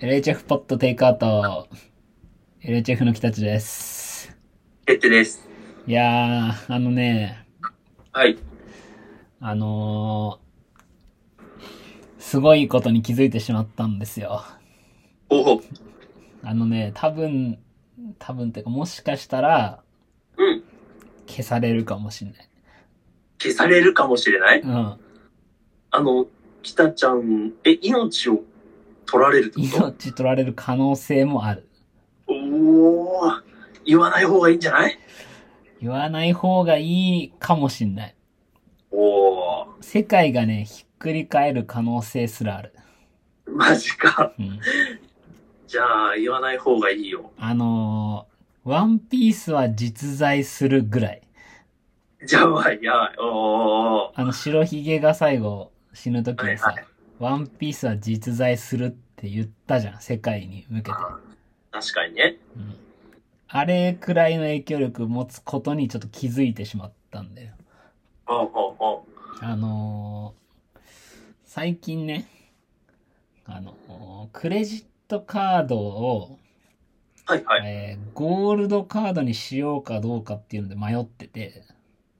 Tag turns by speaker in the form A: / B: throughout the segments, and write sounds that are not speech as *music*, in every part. A: LHF ポットテイクアウト、LHF の北地です。
B: 決定です。
A: いやー、あのね、
B: はい。
A: あのー、すごいことに気づいてしまったんですよ。
B: おお。
A: あのね、多分、多分っていうかもしかしたら
B: うん。
A: 消されるかもしんない。
B: 消されるかもしれない
A: うん。
B: あの、北ちゃん、え、命を取られるってこ
A: 命取られる可能性もある。
B: とおお。言わない方がいいんじゃない
A: 言わない方がいいかもしんない。
B: おお。
A: 世界がね、ひっくり返る可能性すらある。
B: マジか。
A: うん。
B: じゃあ、言わない方がいいよ。
A: あのー、ワンピースは実在するぐらい。
B: じゃあ、いや、おお。
A: あの、白ひげが最後死ぬ時にさ、
B: はいは
A: ワンピースは実在するって言ったじゃん、世界に向けて。
B: 確かにね。
A: うん。あれくらいの影響力持つことにちょっと気づいてしまったんだよ。
B: おうおうおう
A: あのー最近ね、あのークレジットカードを、
B: はいはい。
A: えーゴールドカードにしようかどうかっていうので迷ってて、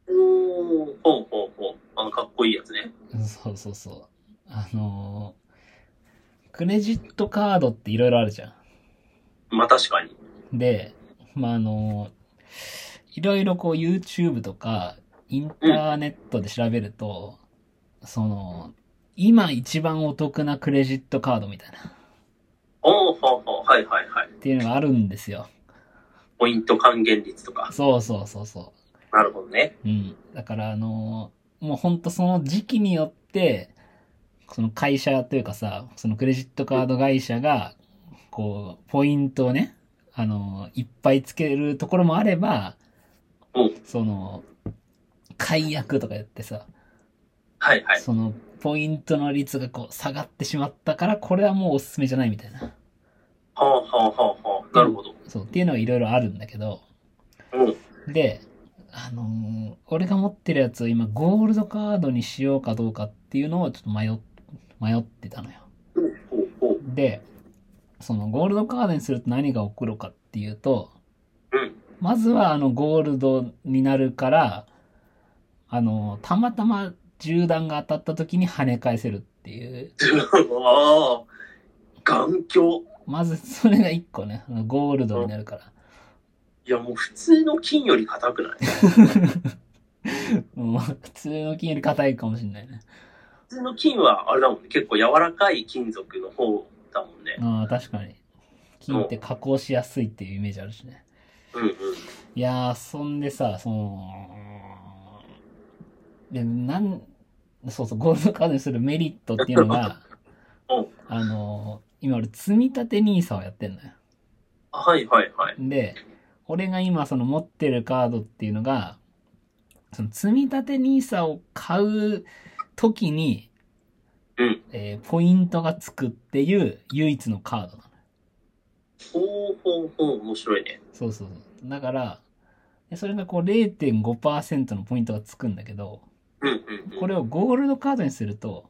B: おお。おうおうおうあの、かっこいいやつね。
A: そうそうそう。あのークレジットカードっていろいろあるじゃ
B: まあ、確かに。
A: ん。で、まあ、あのーいろいろこう YouTube とかインターネットで調べると、その、今一番お得なクレジットカードみたいな
B: おおほうほうはいはいはい
A: っ。ていうのがあるんですよ。
B: ポイント還元率とか。
A: そうそうそうそ
B: なるほどね。
A: う。うん。だからあのーもうほんとその時期によって、その会社というかさ、そのクレジットカード会社が、こう、ポイントをね、あのーいっぱいつけるところもあれば
B: うん、
A: その、解約とかやってさ、
B: はいはい。
A: その、ポイントの率がこう、下がってしまったから、これはもうおすすめじゃないみたいな。
B: はあはあはあはあ。なるほど。
A: そう、っていうのがいろいろあるんだけど、
B: うん。
A: で、あのー俺が持ってるやつを今ゴールドカードにしようかどうかっていうのをちょっと迷っ迷ってたのよ。
B: ほうほうほう。
A: で、そのゴールドカードにすると何が起こるかっていうと、
B: うん。
A: まずはあのゴールドになるから、あのーたまたま銃弾が当たった時に跳ね返せるっていう。
B: ああ。眼鏡。
A: まずそれが一個ね、あのゴールドになるから。
B: いや、もう普通の金より硬くない *laughs*
A: もう普通の金より硬いかもしれないね。
B: 普通の金は、あれだもんね。結構柔らかい金属の方だもんね。
A: ああ、確かに。金って加工しやすいっていうイメージあるしね。
B: うんうん。
A: いやー、そんでさ、その、で、なん、そうそう、ゴールドカードにするメリットっていうのが
B: *laughs* うん、
A: あのー、今俺、積み立て NISA をやってんのよ。
B: はいはいはい。
A: で、俺が今、その持ってるカードっていうのが、その積み立て NISA を買うときに、
B: うん
A: えーポイントがつくっていう唯一のカードなの。
B: ほうほうほう。面白いね。
A: そうそうそう。だから、でそれがこう0.5%のポイントがつくんだけど、
B: うんうんうん。
A: これをゴールドカードにすると、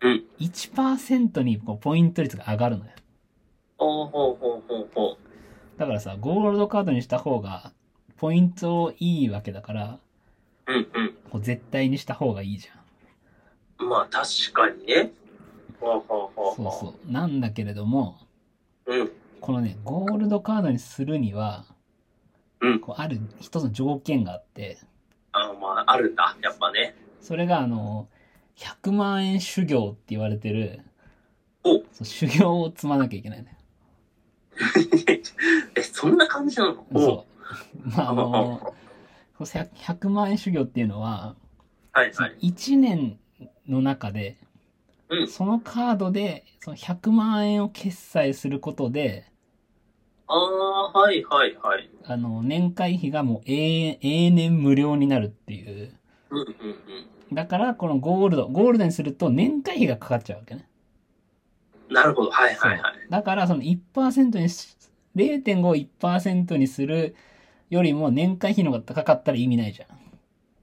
B: うん
A: 1%にこうポイント率が上がるのよ。
B: ほうほうほうほうほ
A: だからさ、ゴールドカードにした方が、ポイントいいわけだから、
B: う。うんうん。
A: こう絶対にした方がいいじゃん。
B: まあ確かにね。はあはあはあ
A: そう
B: はあ。
A: そう。なんだけれども、
B: うん。
A: このね、ゴールドカードにするには、
B: うん
A: こうある一つの条件があって、
B: あの、まあ、あるんだ。やっぱね。 *laughs*
A: それがあの、100万円修行って言われてる、
B: お
A: そう修行を積まなきゃいけないね。
B: え、そんな感じなのおう。
A: そう。 *laughs* まあ、あの、100 100万円修行っていうのは、
B: はいはい。
A: 1年の中で、
B: うん
A: そのカードで、その100万円を決済することで、
B: ああ、はいはいはい。
A: あの、年会費がもう永遠、永年無料になるっていう。
B: うんうんうん。
A: だから、このゴールド、ゴールドにすると年会費がかかっちゃうわけね。
B: なるほど。はいはいはい。
A: だから、その1%にし、0.51%にするよりも年会費の方が高かったら意味ないじゃん。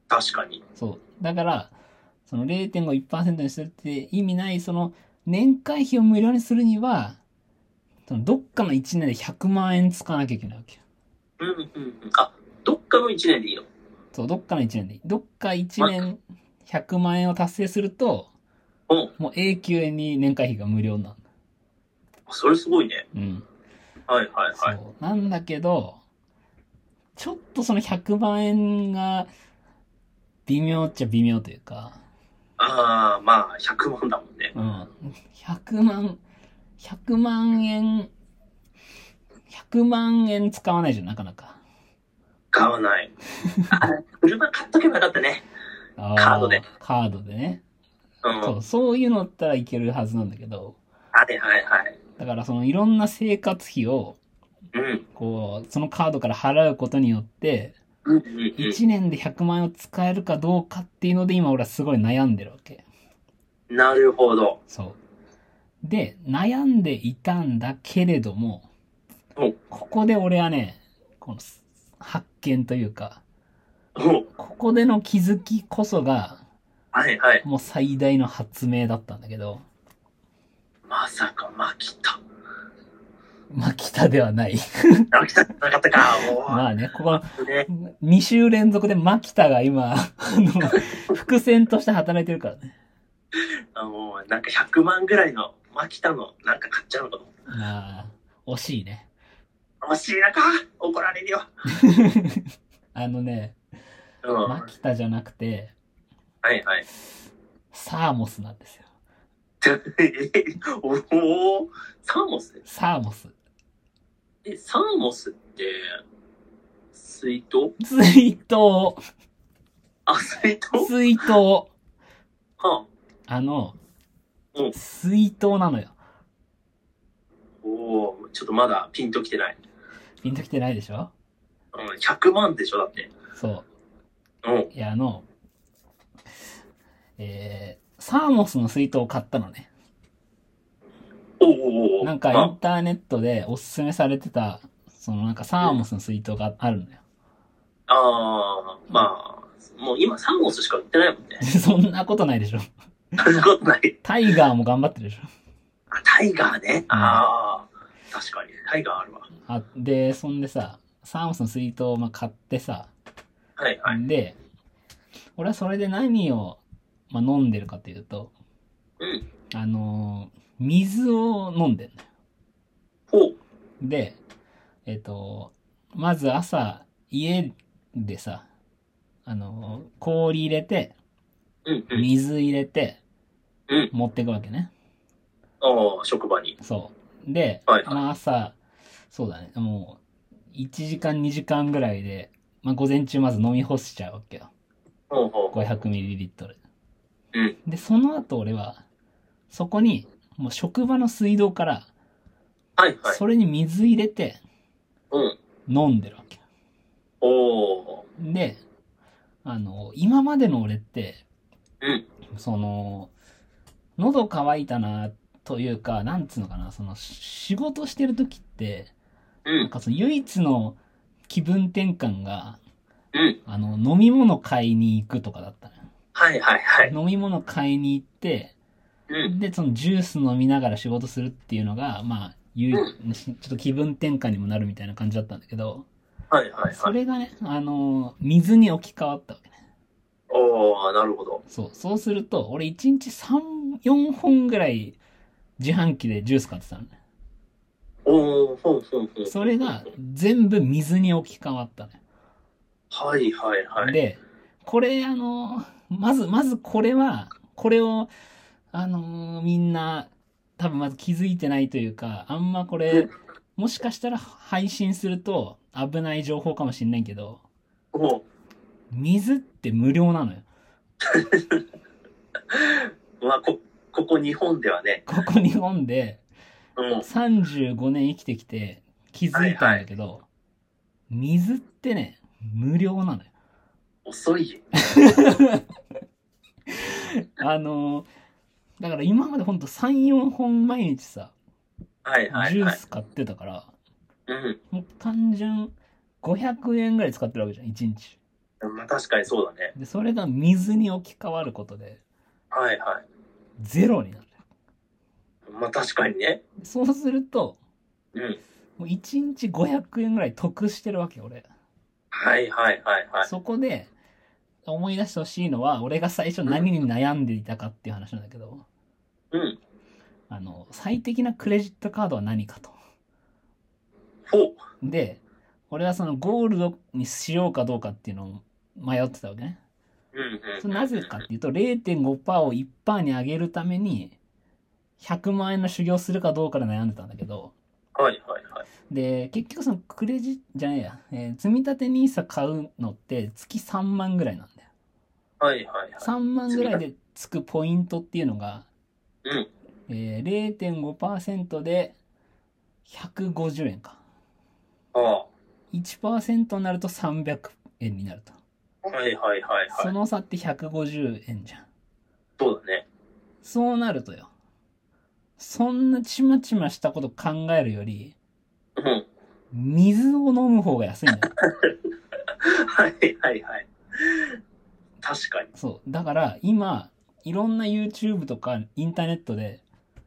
B: 確かに。
A: そう。だから、その0.51%にするって意味ない、その年会費を無料にするには、そのどっかの1年で100万円使わなきゃいけないわけよ。
B: うんうんうん。あ、どっかの一年でいいの
A: そう、どっかの1年でいい。どっか1年100万円を達成すると、
B: うん。
A: もう永久に年会費が無料になる。
B: それすごいね。
A: うん。
B: はいはい
A: そ
B: はい。
A: う。なんだけど、ちょっとその100万円が微妙っちゃ微妙というか、
B: ああ、まあ、100万だもんね。
A: うん。100万、100万円、100万円使わないじゃん、なかなか。
B: 買わない。あ、車買っとけばよかったね。
A: あ
B: カードで。
A: カードでね。
B: うん。
A: そう、そういうのだったらいけるはずなんだけど、
B: はいはいはい。
A: だからそのいろんな生活費を、
B: うん。
A: こう、そのカードから払うことによって、
B: うんうん
A: 1年で100万円を使えるかどうかっていうので、今俺はすごい悩んでるわけ。
B: うん。なるほど。
A: そう。で、悩んでいたんだけれども
B: お、
A: ここで俺はね、この発見というか、
B: お
A: ここでの気づきこそが、
B: はいはい。
A: もう最大の発明だったんだけど、
B: まさか、マキタ。
A: まあ、北ではない。
B: マキタじゃなかったか。おー
A: まあね、ここは
B: ね。
A: 2週連続でマキタが今、 *laughs* あの、伏線として働いてるからね。
B: あもう、なんか100万ぐらいの、マキタの、なんか買っちゃうのかと思っ
A: まあ、惜しいね。 *laughs*
B: た。惜しいなか怒られるよ。
A: あのね、
B: うん。
A: マキタじゃなくて、
B: はいはい。
A: サーモスなんですよ。
B: えおおサーモス
A: サーモス。
B: え、サーモスって、水筒
A: 水筒、
B: あ、水筒
A: 水筒。
B: は
A: あの
B: う、ん
A: 水筒なのよ。
B: おおちょっとまだピンときてない。
A: ピンときてないでしょ
B: うん、100万でしょだって。
A: そう。
B: うん。
A: いや、あの、えー、サーモスの水筒を買ったのね。
B: おおお
A: なんかイン
B: あ
A: ターネットでおすすめされてた、そのなんかサーモスの水筒があるのよ。。
B: あー、まあ、もう今サーモスしか売ってないもん
A: *laughs*
B: ね
A: そんなことないでしょ。
B: そんなことない。
A: タイガーも頑張ってるでしょ。
B: あ、タイガーね。ああ、確かに。タイガーあるわ。
A: あで、そんでさ、サーモスの水筒をまあ買ってさ、
B: はいはい。
A: で、俺はそれで何を、まあ、飲んでるかというと、
B: うん。
A: あのー水を飲んでんのよ。
B: おう。
A: で、えっ、と、まず朝、家でさ、あのー氷入れて、
B: うんうん。
A: 水入れて
B: うん、
A: 持ってくわけね。
B: ああ、職場に。
A: そう。で、
B: はいはい
A: まあ朝、そうだね、もう、1時間2時間ぐらいで、まあ午前中まず飲み干しちゃうわけよ。
B: ほうほうほう。
A: 500ml。
B: うん。
A: で、その後俺は、そこに、もう職場の水道から、
B: はいはい。
A: それに水入れて
B: うん。
A: 飲んでるわけ。
B: おお。
A: で、あの、今までの俺って、
B: うん。
A: その、喉乾いたな、というか、なんつうのかな、その、仕事してる時って、
B: う
A: なん
B: ん。
A: かその唯一の気分転換が、
B: うん。
A: あの、飲み物買いに行くとかだったのよ
B: はいはいはい。
A: 飲み物買いに行って、
B: うん。
A: で、そのジュース飲みながら仕事するっていうのが、まあ、ゆいちょっと気分転換にもなるみたいな感じだったんだけど、
B: はいはい
A: そ
B: はい。
A: れがね、あの、水に置き換わったわけね。
B: おおなるほど。
A: そう、そうすると、俺1日3、4本ぐらい自販機でジュース買ってたのね。
B: おおほうほうほう。
A: それが全部水に置き換わったね。
B: はいはいはい。
A: で、これ、あの、まず、まずこれは、これを、あの、みんな、多分まず気づいてないというか、あんまこれ、もしかしたら配信すると危ない情報かもしんないけど、
B: お
A: 水って無料なのよ。
B: おまあ、こ、ここ日本ではね。
A: ここ日本で
B: うん。
A: 35年生きてきて気づいたんだけど、水ってね、無料なのよ。
B: 遅いよ。
A: あの、だから今までほんと3、4本毎日さ、
B: はいはい
A: ジュ
B: は
A: ー
B: い。
A: ス買ってたから、
B: うん。
A: もう単純500円ぐらい使ってるわけじゃん、1日。
B: まあ確かにそうだね。
A: で、それが水に置き換わることで、
B: はいはい。
A: ゼロになる。
B: まあ確かにね。
A: そうすると、
B: うん。
A: もう1日500円ぐらい得してるわけ、俺。
B: はいはいはいはい。
A: そこで、思い出してほしいのは、俺が最初何に悩んでいたかっていう話なんだけど、
B: うん。
A: あの、最適なクレジットカードは何かと。
B: ほう。
A: で、俺はそのゴールドにしようかどうかっていうのを迷ってたわけね。
B: うんうん。
A: それなぜかっていうと、0.5%を1%に上げるために、100万円の修行するかどうかで悩んでたんだけど、
B: はいはいはい。
A: で、結局そのクレジットじゃねえや、えー積み立て NISA 買うのって月3万ぐらいなんだよ。
B: はいはいはい。
A: 3万ぐらいでつくポイントっていうのが、
B: うん。
A: えー、0.5%で150円か。
B: あ
A: 1%になると300円になると。
B: あ。はいはいはいは
A: そ
B: い。
A: の差って150円じゃん。
B: そうだね。
A: そうなるとよ。そんなちまちましたこと考えるより、
B: うん。 *laughs*
A: 水を飲む方が安いんだよ。
B: はいはいはい。確かに。
A: そう。だから、今、いろんな YouTube とかインターネットで、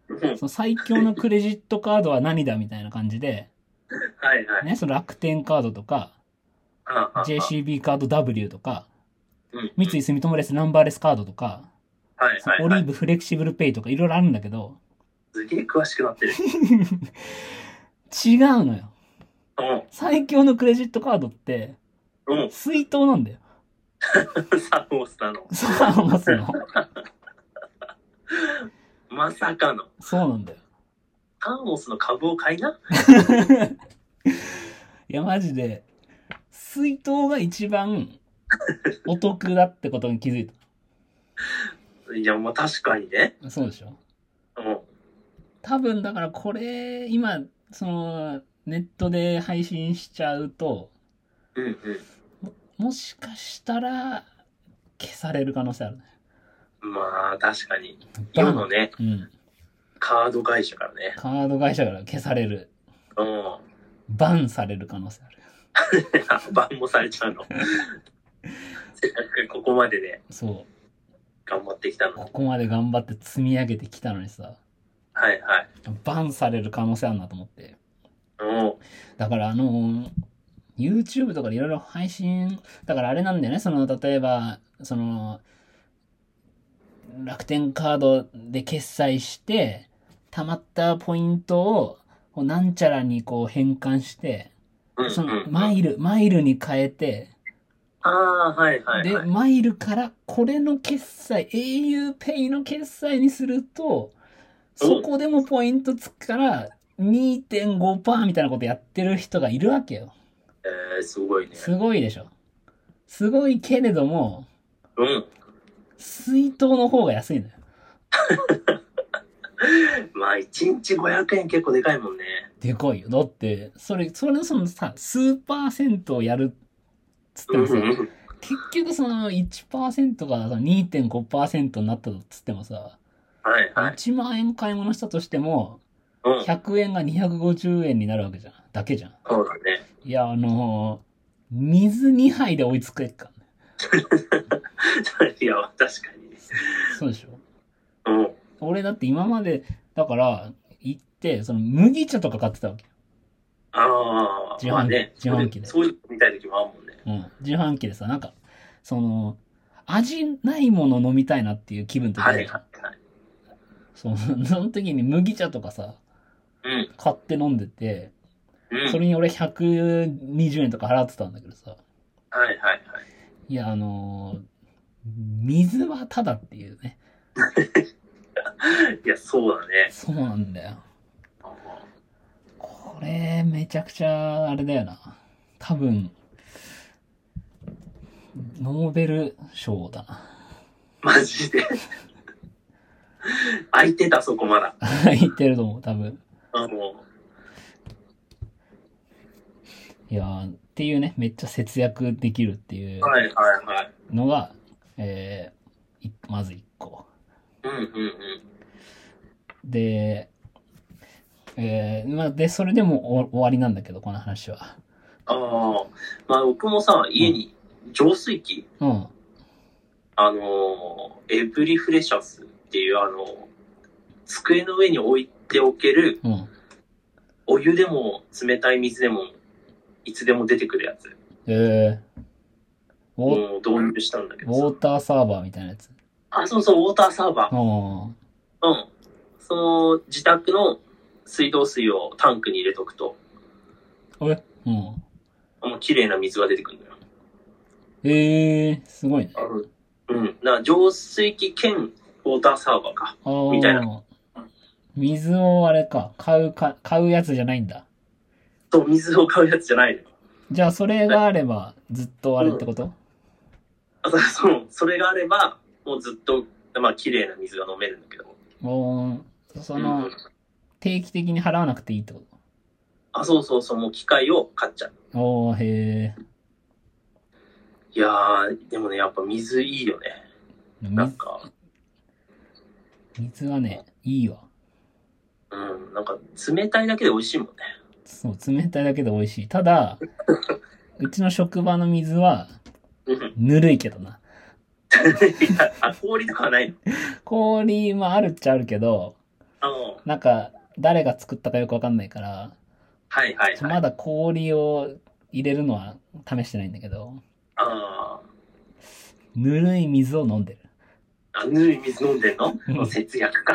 B: うん。
A: その最強のクレジットカードは何だみたいな感じで、
B: はいはい。
A: ね、その楽天カードとか、
B: ああ。
A: JCB カード W とか、
B: うん。
A: 三井住友レスナンバーレスカードとか、
B: はい
A: そ
B: は
A: の
B: い
A: オリ
B: は
A: ー
B: い。
A: ブフレキシブルペイとかいろいろあるんだけど、
B: すげえ詳しくなってる。 *laughs*
A: 違うのよ。
B: う
A: 最強のクレジットカードって、
B: ん。うん。
A: 水筒なんだよ。
B: サモスタの。
A: そうなんすよ。
B: まさかの。
A: そうなんだよ。
B: サモスの株を買いな。
A: いや、マジで、水筒が一番お得だってことに気づい
B: いや、もう確かにね。
A: た。そうでしょ
B: うん。
A: 多分だからこれ、今、その、ネットで配信しちゃうと、
B: うんうん。
A: もしかしたら、消される可能性あるね。
B: まあ、確かに。
A: バ
B: 今
A: ン
B: のね、
A: うん。
B: カード会社からね。
A: カード会社から消される。
B: うん。
A: バンされる可能性ある。
B: *laughs* バンもされちゃうの。 *laughs* せっかくここまでで
A: そう。
B: 頑張ってきたの
A: こ
B: に。
A: こまで頑張って積み上げてきたのにさ、
B: はいはい。
A: バンされる可能性あるなと思って。
B: うん。
A: だからあのー YouTube とかでいろいろ配信、だからあれなんだよね、その、例えば、その、楽天カードで決済して、貯まったポイントを、こうなんちゃらにこう変換して、
B: うん
A: その、
B: うん、
A: マイル、マイルに変えて、
B: ああ、はいはい
A: で、
B: はい。
A: マイルからこれの決済、auPay の決済にすると、そこでもポイントつくから、2.5%みたいなことやってる人がいるわけよ。
B: えー、すごいね。
A: すごいでしょ。すごいけれども、
B: うん。 *laughs*
A: 水筒の方が安いのよ。
B: まあ、1日500円結構でかいもんね。
A: でこいよ。だって、それ、それのそのさ、数パーセントをやるっつってもさ、
B: うんうん
A: 結局その1%がさ2.5%になったっつってもさ、
B: はいはい。
A: 1万円買い物したとしても、
B: うん。
A: 100円が250円になるわけじゃん。だけじゃん。
B: そうだね。
A: いや、あのー水2杯で追いつけっか、ね。
B: *laughs* いや、確かに。
A: そうでしょ。
B: うん。
A: 俺だって今まで、だから、行って、その麦茶とか買ってたわけ。
B: ああ、
A: 自販機
B: まあね。
A: 自販機で
B: そういうの見たい時もあるもんね。
A: うん、自販機でさ、なんか、その、味ないもの飲みたいなっていう気分とか、
B: はいはいはい。
A: その、その時に麦茶とかさ、
B: うん。
A: 買って飲んでて、
B: うん。
A: それに俺120円とか払ってたんだけどさ、
B: はいはいはい。
A: いや、あのー水はただっていうね。
B: いや、そうだね。
A: そうなんだよ。これ、めちゃくちゃ、あれだよな。多分、ノーベル賞だな。 *laughs*
B: マジで。 *laughs* 空いてた、そこまだ。
A: 言ってると思う、多分。
B: あの、
A: いやーっていうね、めっちゃ節約できるっていう
B: はいはいはい。
A: のが、えーいまず1個。
B: うんうんうん。
A: で、えーまあ、で、それでもお終わりなんだけど、この話は。
B: ああ、まあ僕もさ、家に浄水器、
A: うん。
B: あのー、エブリフレシャスっていうあのー、机の上に置いておける
A: うん。
B: お湯でも冷たい水でも、いつでも出てくるやつ。
A: えー、ウォー
B: もう導入したんだけ
A: ウ
B: ど
A: ォー
B: さ。
A: ターサーバーみたいなやつ。
B: あ、そうそう、ウォーターサーバー。
A: あ
B: うん。その自宅の水道水をタンクに入れとくと、
A: あ。えうん。
B: もう綺麗な水が出てくるんだよ。
A: えー、すごいね。
B: うん。だから浄水器兼ウォーターサーバーか。
A: あー
B: みたいな
A: 水をあれか、買うか、買うやつじゃないんだ。
B: そう、水を買うやつじゃないの。
A: じゃあ、それがあれば、ずっとあれってこと、
B: あそうそう、それがあれば、もうずっと、まあ、綺麗な水が飲めるんだけど。
A: おーそ
B: うん
A: の、定期的に払わなくていいってこ
B: あ、そうそうそう、もう機械を買っちゃう。
A: とおー、へ
B: いやー、でもね、やっぱ水いいよね。
A: ー
B: なん
A: 水。
B: か、
A: 水はね、いいわ。
B: うん、なんか冷たいだけで美味しいもんね。
A: そう、冷たいだけで美味しい。ただ、うちの職場の水は、
B: うん。
A: ぬるいけどな。
B: いやあ、氷とかはないの
A: 氷、まあ、あるっちゃあるけど、
B: あの、
A: なんか、誰が作ったかよくわかんないから、
B: はいはいはい。
A: まだ氷を入れるのは試してないんだけど、
B: あー
A: ぬるい水を飲んでる。
B: あ、ぬるい水飲んでんの
A: うん
B: 節約か。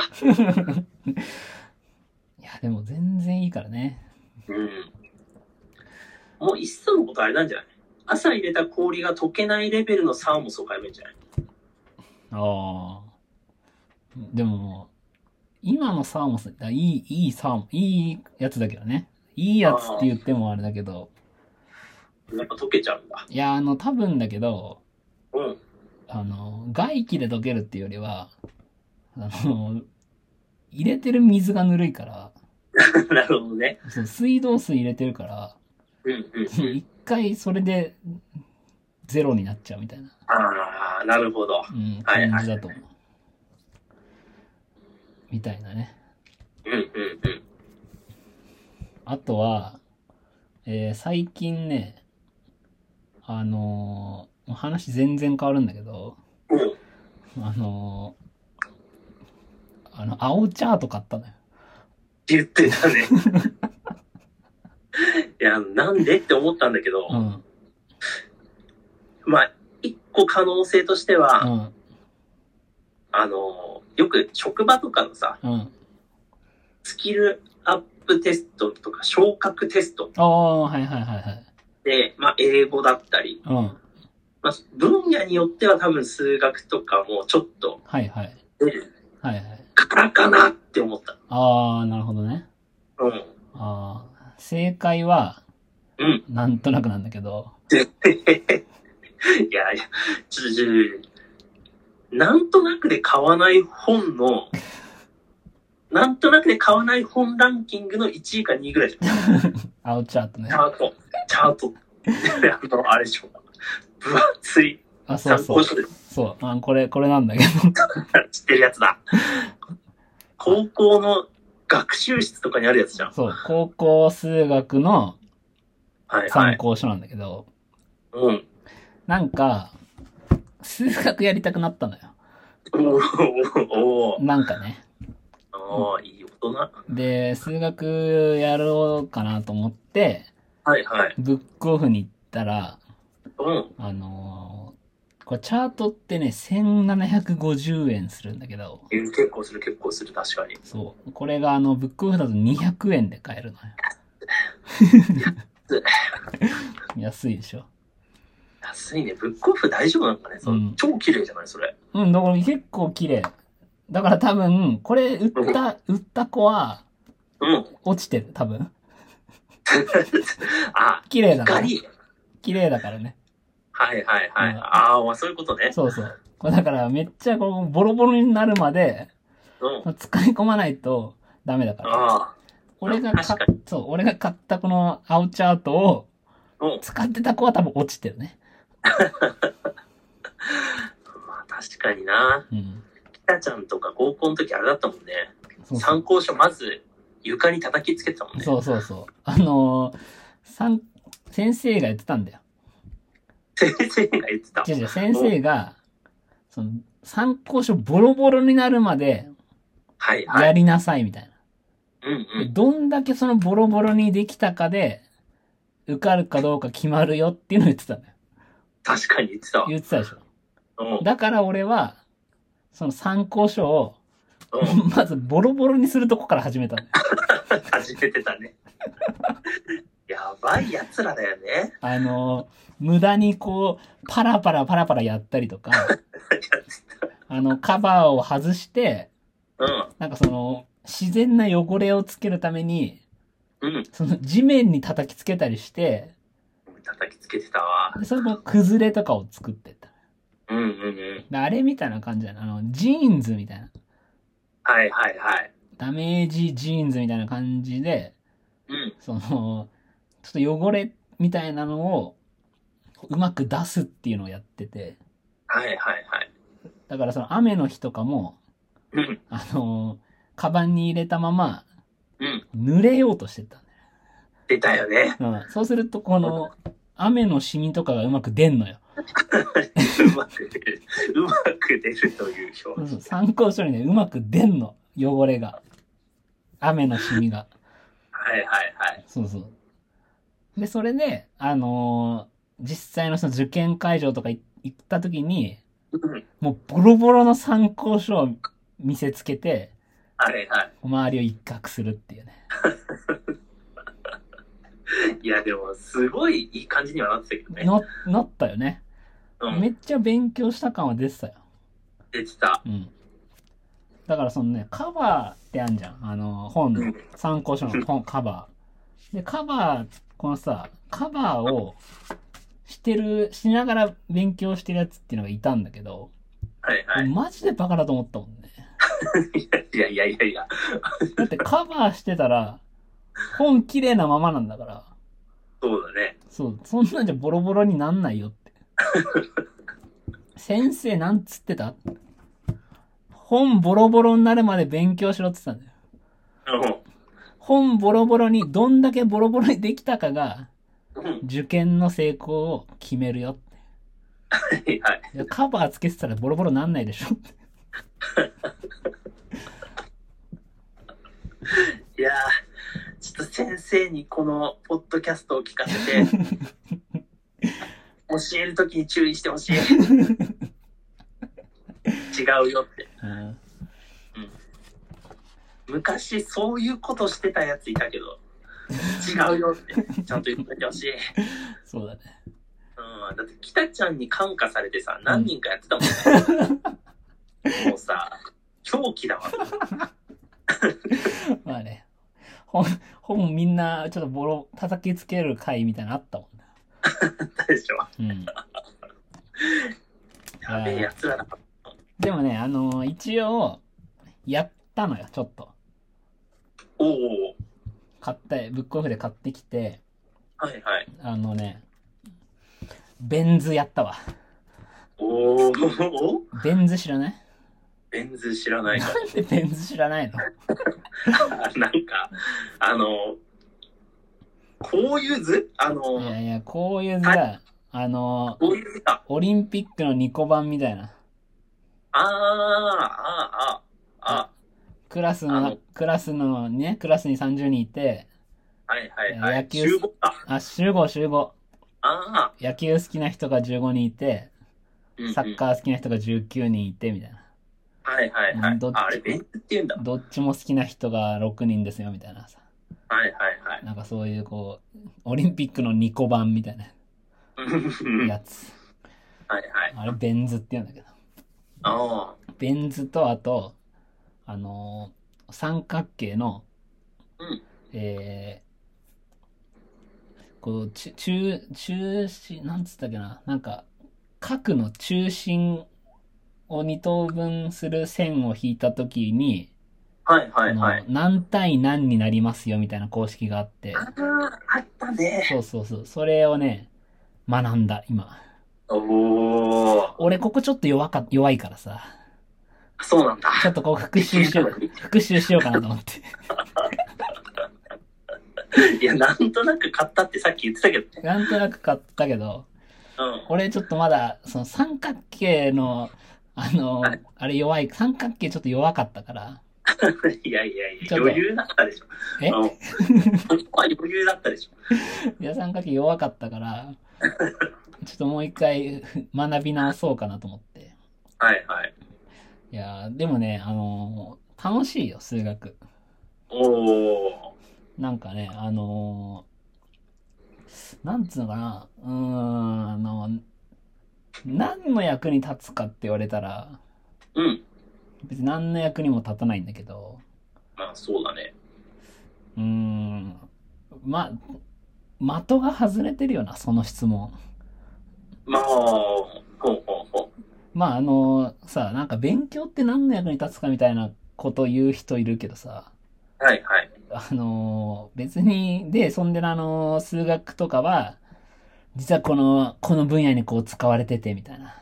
A: いや、でも全然いいからね。
B: うん。もういっそのことあれなんじゃない朝入れた氷が溶けないレベルのサーモスを買えばいいんじゃない
A: ああ。でも、今のサーモス、あいい、いいサーモいいやつだけどね。いいやつって言ってもあれだけど、
B: やっぱ溶けちゃうんだ。
A: いや、あの、多分だけど、
B: うん。 *laughs*
A: あの、外気で溶けるっていうよりは、あの、入れてる水がぬるいから、
B: なるほどね。
A: そう水道水入れてるから、
B: うんうんうん。
A: 一回それでゼロになっちゃうみたいな、
B: ああ、なるほど。
A: うん、
B: はいはい
A: 感じだと思う。みたいなね。
B: うんうんうん。
A: あとは、えー最近ね、あのー話全然変わるんだけど、
B: おう
A: あのーあの、青チャート買ったのよ。
B: 言ってた
A: *laughs*
B: ね。いや、なんでって思ったんだけど、
A: うん。
B: まあ、一個可能性としては、
A: うん。
B: あの、よく職場とかのさ、
A: うん。
B: スキルアップテストとか昇格テスト
A: ああ、はいはいはいはい。
B: で、まあ、英語だったり、
A: うん。
B: まあ、分野によっては多分数学とかもちょっと
A: はいはい。
B: 出る
A: はいはい。
B: からかなって思った。
A: ああ、なるほどね。
B: うん。
A: ああ、正解は、
B: うん
A: なんとなくなんだけど、
B: いやいや、ちょっと、ちょっと、なんとなくで買わない本の、なんとなくで買わない本ランキングの1位か2位ぐらいじゃん。
A: 青チャートね
B: チ。ャート、チャート。あの、あれでしょ。分厚い
A: あ、そう
B: 参
A: そ
B: 考
A: う。
B: 書で
A: そう。あ、これ、これなんだけど。 *laughs*
B: 知ってるやつだ。高校の学習室とかにあるやつじゃん。
A: そう。高校数学の
B: はいは
A: 参
B: い。
A: 考書なんだけど、
B: うん。
A: なんか、数学やりたくなったのよ。
B: おーおー
A: なんかね。
B: おーいい大人。
A: で、数学やろうかなと思って、
B: はいはい。
A: ブックオフに行ったら、
B: うん。
A: あのーこれチャートってね、1750円するんだけど、
B: え結構する結構する、確かに。
A: そう。これがあの、ブックオフだと200円で買えるのよ。安いでしょ。
B: 安いね。ブックオフ大丈夫なのかね、そう
A: うん
B: 超綺麗じゃないそれ。
A: うん、だから結構綺麗。だから多分、これ売った、売った子は
B: うん。
A: 落ちてる、多分。
B: あ、
A: 綺麗だから。
B: 光。
A: 綺麗だからね。
B: はいはいはい。
A: うん
B: ああ、そういうことね。
A: そうそう。これだからめっちゃこう、ボロボロになるまで、
B: うん。
A: 使い込まないとダメだから。
B: あ
A: 俺が買っ
B: 確か
A: そう、俺が買ったこの青チャートを
B: あ、うん。
A: 使ってた子は多分落ちてるね。
B: まあ確かにな。
A: うん。
B: 北ちゃんとか高校の時あれだったもんね。
A: そうそう
B: 参考書まず床に叩きつけてたもんね。
A: そうそうそう。あのー、さん、先生が言ってたんだよ。
B: 先生が言ってた。
A: 違う違う、先生が、その、参考書ボロボロになるまで
B: はいは
A: や
B: い。
A: りなさいみたいな。
B: うんう
A: で
B: ん。
A: どんだけそのボロボロにできたかで、受かるかどうか決まるよっていうのを言ってたのよ。
B: 確かに言ってたわ。
A: 言ってたでしょ。
B: うん
A: だから俺は、その参考書を、
B: う
A: *laughs*
B: ん。
A: まずボロボロにするとこから始めたのよ。
B: 始めてたね。 *laughs* やばい奴らだよね。
A: あの、無駄にこう、パラパラパラパラやったりと
B: *laughs*
A: か、あの、カバーを外して、
B: うん。
A: なんかその、自然な汚れをつけるために、
B: うん。
A: その地面に叩きつけたりして、
B: 叩きつけてたわ。
A: でそれも崩れとかを作ってった。
B: うんうんうん。
A: であれみたいな感じだな。あの、ジーンズみたいな。
B: はいはいはい。
A: ダメージジーンズみたいな感じで、
B: うん。
A: その、ちょっと汚れみたいなのを、うまく出すっていうのをやってて、
B: はいはいはい。
A: だからその雨の日とかも、
B: うん。
A: あの、カバンに入れたまま、
B: うん。
A: 濡れようとしてたん
B: 出たよね。
A: だよ。うん、そうすると、この、雨のシミとかがうまく出んのよ。
B: うまく出る。うまく出るという
A: そう
B: 表
A: そう
B: 現。
A: 参考書にね、うまく出んの。汚れが。雨のシミが。
B: はいはいはい。
A: そうそう。で、それで、あのー実際のその受験会場とかい行った時に、
B: うん。
A: もうボロボロの参考書を見せつけて、
B: はいはい。
A: 周りを一攫するっていうね。
B: いやでも、すごいいい感じにはなってたけどね。
A: の、なったよね。
B: うん
A: め。っちゃ勉強した感は出てたよ。
B: 出てた。
A: うん。だからそのね、カバーってあんじゃん。あの、本
B: う
A: の
B: ん、
A: 参考書の本、カバー。で、カバー、このさ、カバーをしてる、しながら勉強してるやつっていうのがいたんだけど、
B: はいはい。
A: マジでバカだと思ったもんね。
B: いやいやいやいや。
A: だってカバーしてたら、本綺麗なままなんだから、
B: そうだね。
A: そう、そんなんじゃボロボロになんないよって。先生なんつってた本ボロボロになるまで勉強しろって言ってたんだよ。本ボロボロに、どんだけボロボロにできたかが、
B: うん。うん。
A: 受験の成功を決めるよって
B: はいはい。
A: いや。カバーつけてたらボロボロなんないでしょって。
B: いやー、ちょっと先生にこのポッドキャストを聞かせて、 *laughs* 教えるときに注意してほしい。違うよって。
A: うん
B: 昔そういうことしてたやついたけど、違うよって、ちゃんと言っといてほしい。うん、
A: そうだね。
B: だって、北ちゃんに感化されてさ、何人かやってたもん *laughs* ね。もうさ、狂気だわ。
A: まあね。本、本みんなちょっとボロ、叩きつける回みたいなのあったもんね。
B: でしょ。
A: うん。
B: やべえやつらだ。
A: でもね、あのー一応、やったのよ、ちょっと。
B: おお
A: 買って、ブックオフで買ってきて、
B: はいはい。
A: あのね、ベン図やったわ。
B: おお
A: ベン図知らない
B: ベンズ知らないか
A: なんでベン図知らないの
B: あ *laughs* なんか、あの、こういう図あの、
A: いやいや、こういう図だ。あの、
B: こういう図か。
A: オリンピックの2個版みたいな。
B: あー、あー、あー、あ
A: クラス
B: あ
A: の
B: の、
A: クラスのね、クラスに30人いて、
B: ー、はいはいはい
A: 野。球
B: 集合か。
A: あ、集合集合。
B: あ
A: 野球好きな人が15人いて、
B: ー、うんうん
A: サッカー好きな人が19人いて、みたいな。
B: はいはいはい
A: どっ。ち
B: ああれ、ベンズって言うんだ。
A: どっちも好きな人が6人ですよ、みたいなさ。
B: はいはいはい
A: なんかそういうこう、オリンピックの2個版みたいな
B: うん。はい
A: やつ。
B: *laughs* はい。
A: あれ、ベン図って言うんだけど。
B: あ
A: ベン図と、あと、あのー三角形の、
B: うん
A: えーこう、ち中、中心、なんつったっけな、なんか、角の中心を2等分する線を引いたときに、
B: ー、はいはいは
A: あ
B: い。
A: の何対何になりますよみたいな公式があって
B: あ、ー、あったね。
A: そうそうそう、それをね、学んだ、今。
B: おー、
A: 俺ここちょっと弱か、弱いからさ、
B: そうなんだ。
A: ちょっとこう復習
B: *laughs*
A: しよう、復習しようかなと思って。
B: いや、なんとなく買ったってさっき言ってたけどね。
A: なんとなく買ったけど、
B: うん。
A: 俺ちょっとまだ、その三角形の、あの
B: はい、
A: あれ弱い、三角形ちょっと弱かったから、
B: いやいやい
A: ちょ
B: や、
A: っと
B: 余裕だったでしょ。
A: え
B: あのここは余裕だったでしょ。
A: 野酸化系弱かったから、ちょっともう一回ふ学び直そうかなと思って。
B: はいはい。
A: いやーでもね、あのー楽しいよ、数学。
B: おー。
A: なんかね、あのーなんつうのかな、うーん、あの、何の役に立つかって言われたら、
B: うん。
A: 別に何の役にも立たないんだけど、
B: まあそうだね。
A: うーん、ま、的が外れてるよな、その質問。
B: まあ、ほうほうほ
A: まあ、あのーさ、なんか勉強って何の役に立つかみたいなこと言う人いるけどさ、
B: う。はいはい。
A: あのー別に、で、そんであのー数学とかは、実はこの、この分野にこう使われてて、みたいな。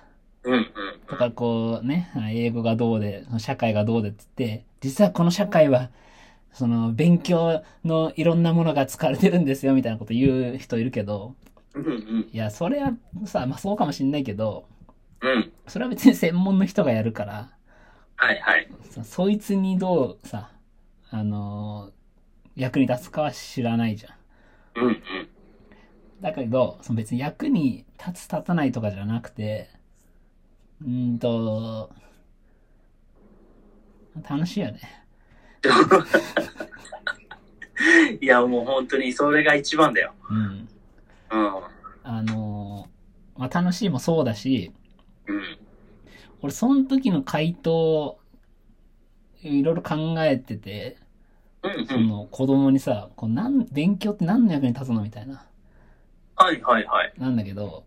B: うんうん。
A: とかこうね、英語がどうで、社会がどうでって言って、実はこの社会は、その勉強のいろんなものが使われてるんですよみたいなこと言う人いるけど、
B: うんうん。
A: いや、それはさ、まあそうかもしんないけど、
B: うん。
A: それは別に専門の人がやるから、
B: はいはい。
A: そそいつにどうさ、あのー役に立つかは知らないじゃん。
B: うんうん。
A: だけど、その別に役に立つ立たないとかじゃなくて、うーんと、楽しいよね。
B: でもいやもう本当にそれが一番だよ。
A: うん。
B: うん。
A: あのーまあ、楽しいもそうだし、
B: うん。
A: 俺その時の回答、いろいろ考えてて、
B: うんう
A: そ
B: ん。
A: の子供にさ、こうなん勉強って何の役に立つのみたいな。
B: はいはいはい。
A: なんだけど、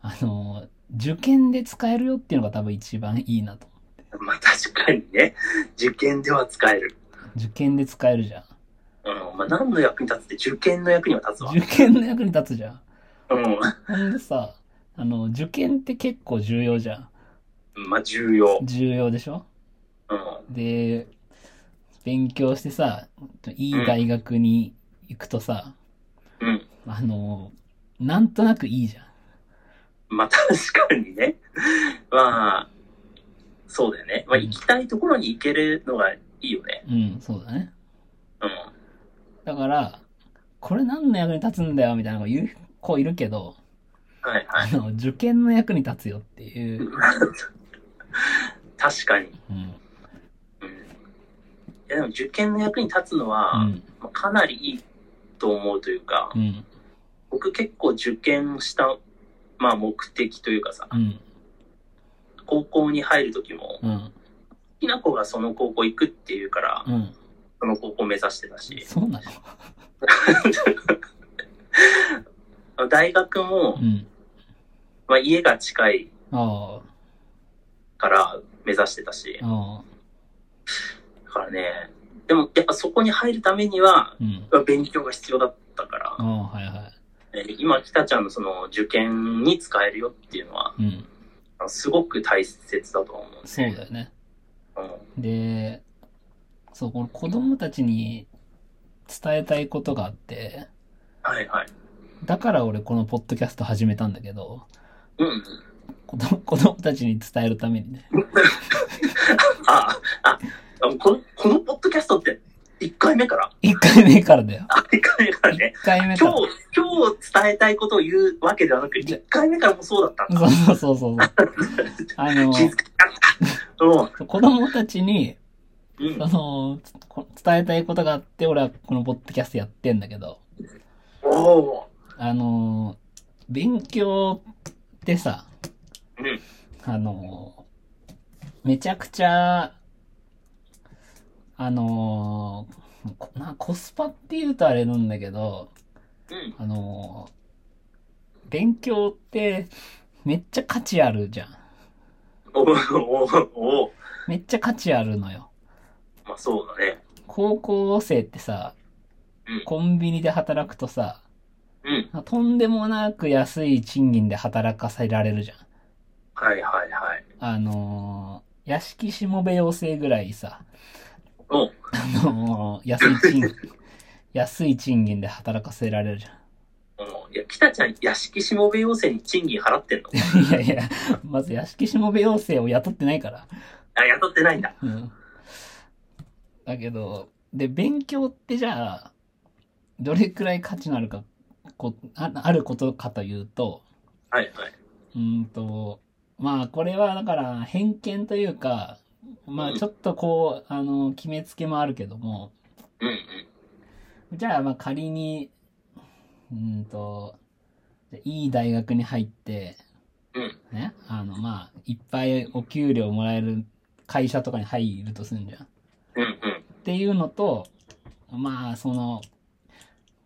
A: あのー受験で使えるよっていうのが多分一番いいなと。
B: まあ確かにね、受験では使える。
A: 受験で使えるじゃん。
B: うん。まあ何の役に立つって受験の役には立つわ。
A: 受験の役に立つじゃん。
B: う
A: ほんでさ、あの、受験って結構重要じゃ
B: ん。まあ重要
A: ん。。重要でしょ
B: うん。
A: で、勉強してさ、いい大学に行くとさ、
B: うん。
A: あの、なんとなくいいじゃん。
B: まあ確かにね。 *laughs* まあ、そうだよね。まあ行きたいところに行けるのがいいよね。
A: うん、そうだね。
B: うん。
A: だから、これ何の役に立つんだよ、みたいなの言う子いるけど、
B: はいはい *laughs*
A: あ。の、受験の役に立つよっていう。
B: 確かに。
A: うん。
B: うん。いやでも受験の役に立つのは、
A: うん。
B: まあかなりいいと思うというか、
A: うん。
B: 僕結構受験した、まあ目的というかさ、
A: うん。
B: 高校に入る時も、
A: うん。
B: 好きな子がその高校行くっていうから、
A: うん。
B: その高校目指してたし、
A: そうなの
B: 大学も
A: う、ん。
B: まあ家が近い
A: ああ。
B: から目指してたし、
A: ああ。
B: だからね、でもやっぱそこに入るためには、
A: うん。
B: 勉強が必要だったから
A: あ、あ、はいは
B: えー今、北ちゃんのその受験に使えるよっていうのは、
A: い。うん。
B: あのすごく大切だと思うんです
A: そう
B: ね。
A: だよね。
B: うん
A: で、そう、この子供たちに伝えたいことがあって、
B: はいはい。
A: だから俺このポッドキャスト始めたんだけど、
B: うんうん。
A: 子供 *laughs* 子供たちに伝えるためにね。
B: あ、あ、あこの、このポッドキャストって、1回目から
A: 1回目からだよ。
B: あ、1回目から
A: 1
B: ね。
A: 回目か
B: 今
A: ら。
B: 日、今日伝えたいことを言うわけではなく、1回目からもそうだったんだ。
A: そうそうそうそう。
B: *laughs*
A: あの、
B: 気づかなかった。うん。
A: 子供たちに、 *laughs*
B: うん
A: そ。の、つこ伝えたいことがあって、俺はこのポッドキャストやってんだけど、
B: おお。
A: あの、勉強ってさ、
B: うん。
A: あの、めちゃくちゃ、あの、こなコスパって言うとあれなんだけど、
B: うん。
A: あの、勉強ってめっちゃ価値あるじゃん。
B: おーおーおー
A: めっちゃ価値あるのよ。
B: まあそうだね。
A: 高校生ってさ
B: うん、
A: コンビニで働くとさ、
B: うん。
A: とんでもなく安い賃金で働かせられるじゃん。
B: はいはいはい。
A: あのー、屋敷しもべ養成ぐらいさ、
B: うん。
A: あのー、安い賃金、 *laughs* 安い賃金で働かせられるじゃ
B: うんいや、北ちゃん、屋敷しもべ要請に賃金
A: *laughs*
B: 払ってんの
A: ん。 *laughs* いやいや、まず屋敷しもべ養成を雇ってないから。
B: あ、雇ってないんだ。
A: うん。だけど、で、勉強ってじゃあ、どれくらい価値のあるか、こああることかというと、
B: はいはい。
A: うーんと、まあこれはだから偏見というか、まあちょっとこう、あの、決めつけもあるけども、
B: うんうん。
A: じゃあまあ仮に、うーんと、じゃあいい大学に入って、
B: うん
A: ね、あのまあいっぱいお給料もらえる会社とかに入るとするんじゃん。っ
B: うんうん。
A: ていうのと、まあその、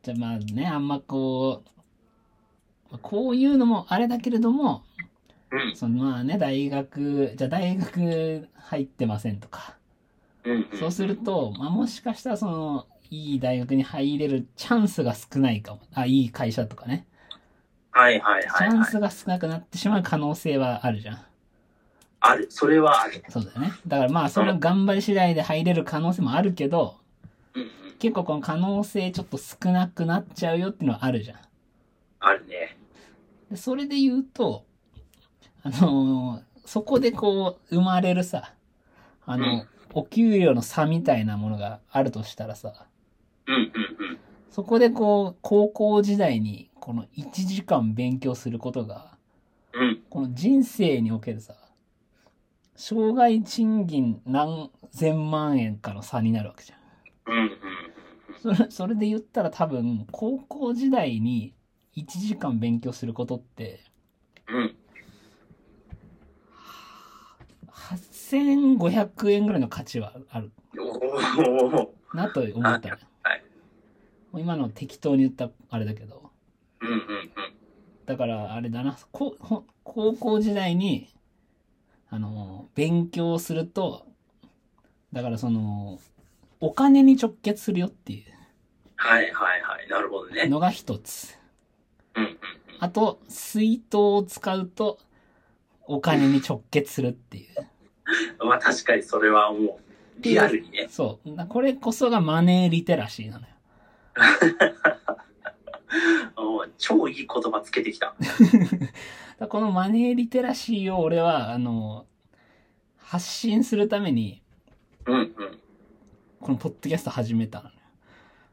A: じゃあまあね、あんまこう、こういうのもあれだけれども、
B: うん
A: そのまあね、大学、じゃあ大学入ってませんとか。
B: うんうん。
A: そうすると、まあもしかしたらその、いい大学に入れるチャンスが少ないかも。あ、いい会社とかね。
B: はいはい
A: チ
B: はい、
A: ャン
B: はい。
A: スが少なくなってしまう可能性はあるじゃん。
B: ある。それはある。
A: そうだよね。だからまあその頑張り次第で入れる可能性もあるけど、
B: うんうん。
A: 結構この可能性ちょっと少なくなっちゃうよっていうのはあるじゃん。
B: あるね。
A: でそれで言うと、あのーそこでこう、生まれるさ、あの、
B: うん
A: お給料の差みたいなものがあるとしたらさ、
B: うんうんうん。
A: そこでこう、高校時代に、この1時間勉強することが、
B: うん。
A: この人生におけるさ、障害賃金何千万円かの差になるわけじゃん。
B: うんうん。
A: それそれで言ったら多分、高校時代に1時間勉強することって、
B: うん。
A: 8500円ぐらいの価値はある
B: おお。
A: なと思ったね。
B: はい
A: もう今の適当に言ったあれだけど。
B: うんうんうん。
A: だからあれだな、こうほ高校時代に、あの、勉強すると、だからその、お金に直結するよってい
B: はいはいはい。なるほど
A: う
B: ね。
A: のが一つ。
B: うんうん。
A: あと、水筒を使うと、お金に直結するっていう。
B: まあ確かにそれはもう、リアルにね。
A: *laughs* そう。なこれこそがマネーリテラシーなのよ。
B: おー超いい言葉つけてきた。
A: だから *laughs* このマネーリテラシーを俺は、あの、発信するために、
B: うんうん。
A: このポッドキャスト始めたのね。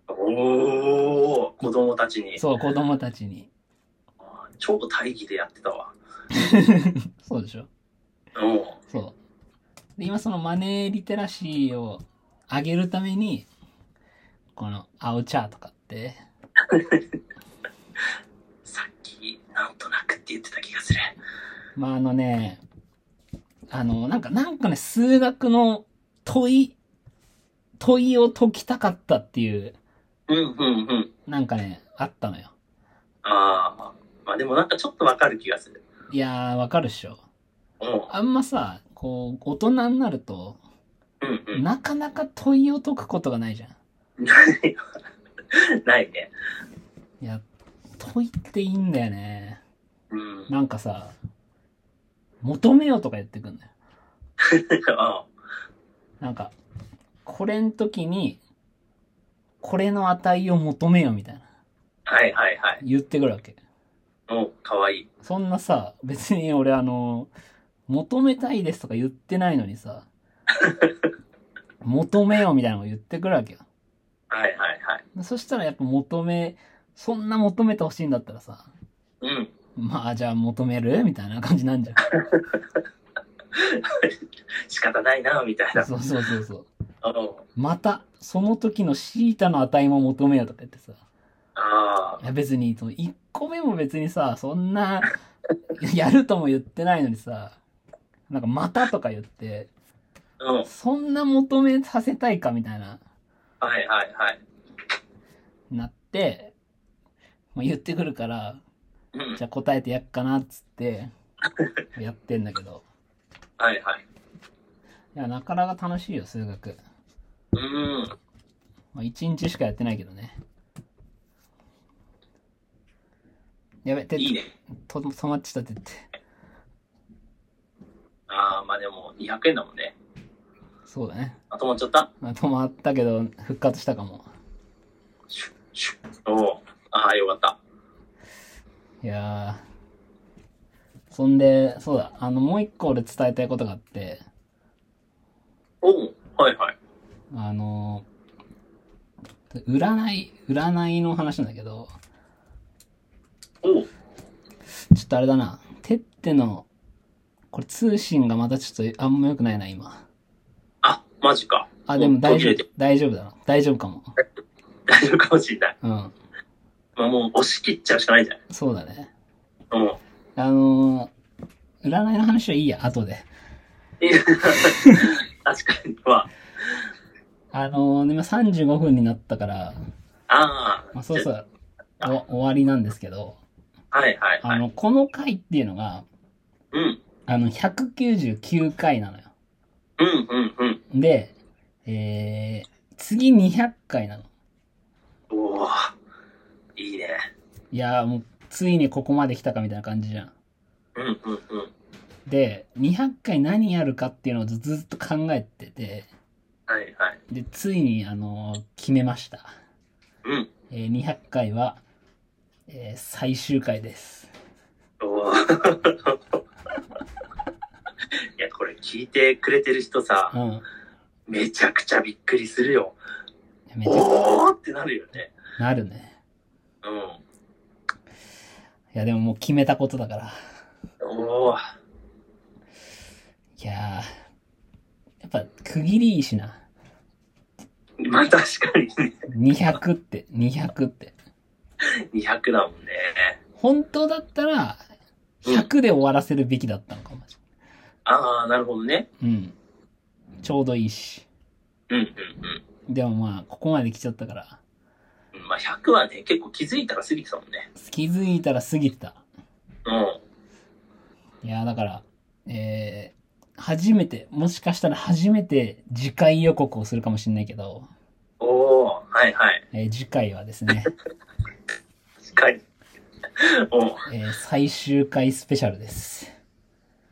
B: おお。子供たちに。
A: そう、子供たちに。
B: あー超大義でやってたわ。
A: そうでしょ
B: おお。
A: そう。で、今そのマネーリテラシーを上げるために、この青チャーとかって、
B: さっき、なんとなくって言ってた気がする。
A: まああのね、あの、なんか、なんかね、数学の問い、問いを解きたかったっていう、
B: うんうんうん。
A: なんかね、あったのよ。
B: ああ。まあでもなんかちょっとわかる気がする。
A: いやー、わかるっしょ。
B: おう
A: あんまさ、こう、大人になると、
B: うんうん。
A: なかなか問いを解くことがないじゃん。
B: ない *laughs* わないね。
A: いや、問いっていいんだよね。
B: うん。うん
A: なんかさ、求めようとか言ってくんだよ。なんか、これん時に、これの値を求めよみたいな。
B: はいはいはい。
A: 言ってくるわけ。
B: おうかわいい。
A: そんなさ、別に俺あの、求めたいですとか言ってないのにさ、
B: *laughs*
A: 求めよみたいなのを言ってくるわけよ。
B: はいはいはい。
A: そしたらやっぱ求め、そんな求めてほしいんだったらさ、
B: うん。
A: まあじゃあ求めるみたいな感じなんじゃん。
B: 仕方ないな、みたいな。
A: そうそうそうそう。
B: おう
A: また、その時のシータの値も求めようとか言ってさ。
B: あ
A: いや別に、その1個目も別にさ、そんな、 *laughs* やるとも言ってないのにさ、なんかまたとか言って、
B: あ。うん。
A: そんな求めさせたいかみたいな、
B: はいはいはい。
A: なって、まあ、言ってくるから、
B: うん。
A: じゃあ答えてやっかなっつって、やってんだけど。
B: はいはい。
A: いや、なかなか楽しいよ、数学。
B: うん。
A: まあ、1日しかやってないけどね。やべ、て
B: いいね。
A: と止まっちゃったって言って。
B: ああ、まあでも200円だもんね。
A: そうだね。
B: あ、止まっちゃった
A: まあ、止まったけど、復活したかも。
B: シュッシュッ。おうああ、よかった。
A: いやー。そんで、そうだ、あの、もう一個俺伝えたいことがあって、
B: おうはいはい。
A: あの、占い、占いの話なんだけど、
B: おう
A: ちょっとあれだな、てっての、これ通信がまたちょっとあんま良くないな、今。
B: あ、マジか。
A: あ、でも大丈
B: 途切れ
A: 夫
B: て、
A: 大丈夫だな。大丈夫かも。
B: 大丈夫かもしれない。
A: うん。
B: まあもう押し切っちゃうしかないんじゃ
A: そうだね。
B: ないも
A: あのー、占いの話はいいや、後で。
B: う。いや *laughs* 確かに。まあ、
A: あのー、今35分になったから、
B: ああ。
A: まあ、そう
B: じ
A: そ
B: ゃ
A: う、お終わりなんですけど、
B: あはいはい
A: あ
B: はい。
A: の、この回っていうのが、
B: うん。
A: あの、199回なのよ。
B: うんうんうん。
A: で、えー、次200回なの。
B: おおいいね。
A: いやーもう、ついにここまで来たかみたいな感じじゃん。
B: うんうんうん。
A: で、200回何やるかっていうのをずずっと考えてて、
B: はいはい。
A: で、ついに、あのー決めました。
B: うん。
A: えー200回は、えー最終回です。
B: おお *laughs* いや、これ聞いてくれてる人さ
A: う、ん。
B: めちゃくちゃびっくりするよ。
A: めちゃ
B: おおってなるよね。
A: なるね。
B: うん。
A: いや、でももう決めたことだから。
B: おお
A: いやー、やっぱ区切りいいしな。
B: まあ確かにね、
A: 200って、200って。
B: 200だもんね。
A: 本当だったら、100で終わらせるべきだったのかもし
B: ああ、なるほどね。
A: れない。うん。ちょうどいいし。
B: うんうん
A: でもまあ、ここまで来ちゃったから、
B: うん。まあ100はね、結構気づいたら過ぎてたもんね。
A: 気づいたら過ぎてた。
B: うん。
A: いやーだから、えー、初めて、もしかしたら初めて次回予告をするかもしれないけど、
B: おおはいはい。
A: えー次回はですね、
B: 確かに。おう
A: えー最終回スペシャルです。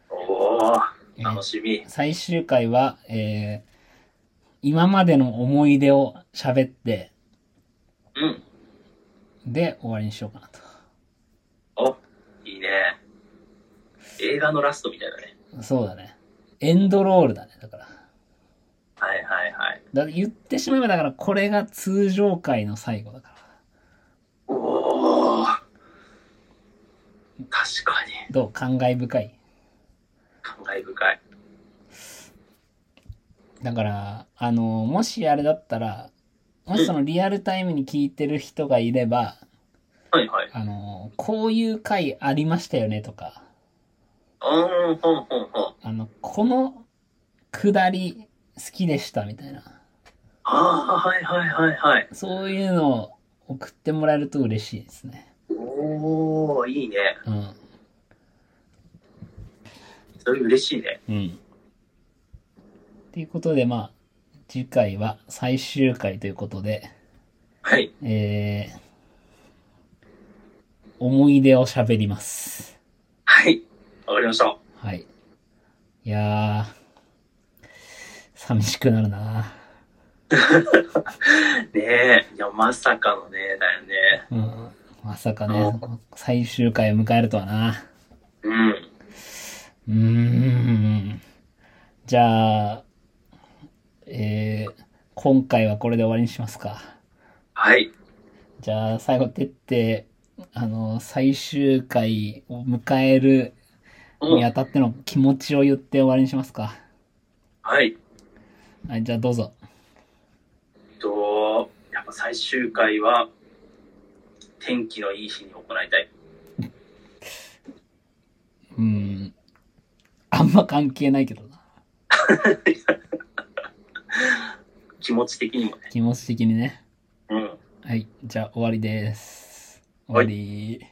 B: おお
A: えー
B: 楽しみ。
A: 最終回は、えー今までの思い出を喋って、
B: うん。
A: で、終わりにしようかなと。
B: おいいね。映画のラストみたいだね。
A: そうだね。エンドロールだね、だから。
B: はいはいはい。
A: だから言ってしまえば、だからこれが通常回の最後だから。
B: おお確かに。
A: どう感慨深い。
B: 感慨深い。
A: だから、あの、もしあれだったら、もしそのリアルタイムに聞いてる人がいれば、
B: はいはい。
A: あの、こういう回ありましたよねとか、
B: おん、ほんほんほん。
A: あの、このくだり好きでしたみたいな、
B: ああ、はいはいはいはい。
A: そういうのを送ってもらえると嬉しいですね。
B: おおいいね。
A: うん。
B: それ嬉しいね。
A: うん。ということで、まあ、次回は最終回ということで、
B: はい。
A: えー、思い出を喋ります。
B: はい。わかりました。
A: はい。いやー、寂しくなるな
B: ねえ。いや、まさかのね、だよね。
A: うん。まさかね、最終回を迎えるとはな。
B: うん。
A: うーん。じゃあ、えー、今回はこれで終わりにしますか。
B: はい。
A: じゃあ、最後、てって、あの、最終回を迎える
B: うん
A: にあたっての気持ちを言って終わりにしますか。
B: はい。
A: はい、じゃあどうぞ。
B: と、やっぱ最終回は、天気のいい日に行いたい。
A: うん。あんま関係ないけどな。
B: 気持ち的にもね。
A: 気持ち的にね。
B: うん。
A: はい、じゃあ終わりです。終わり。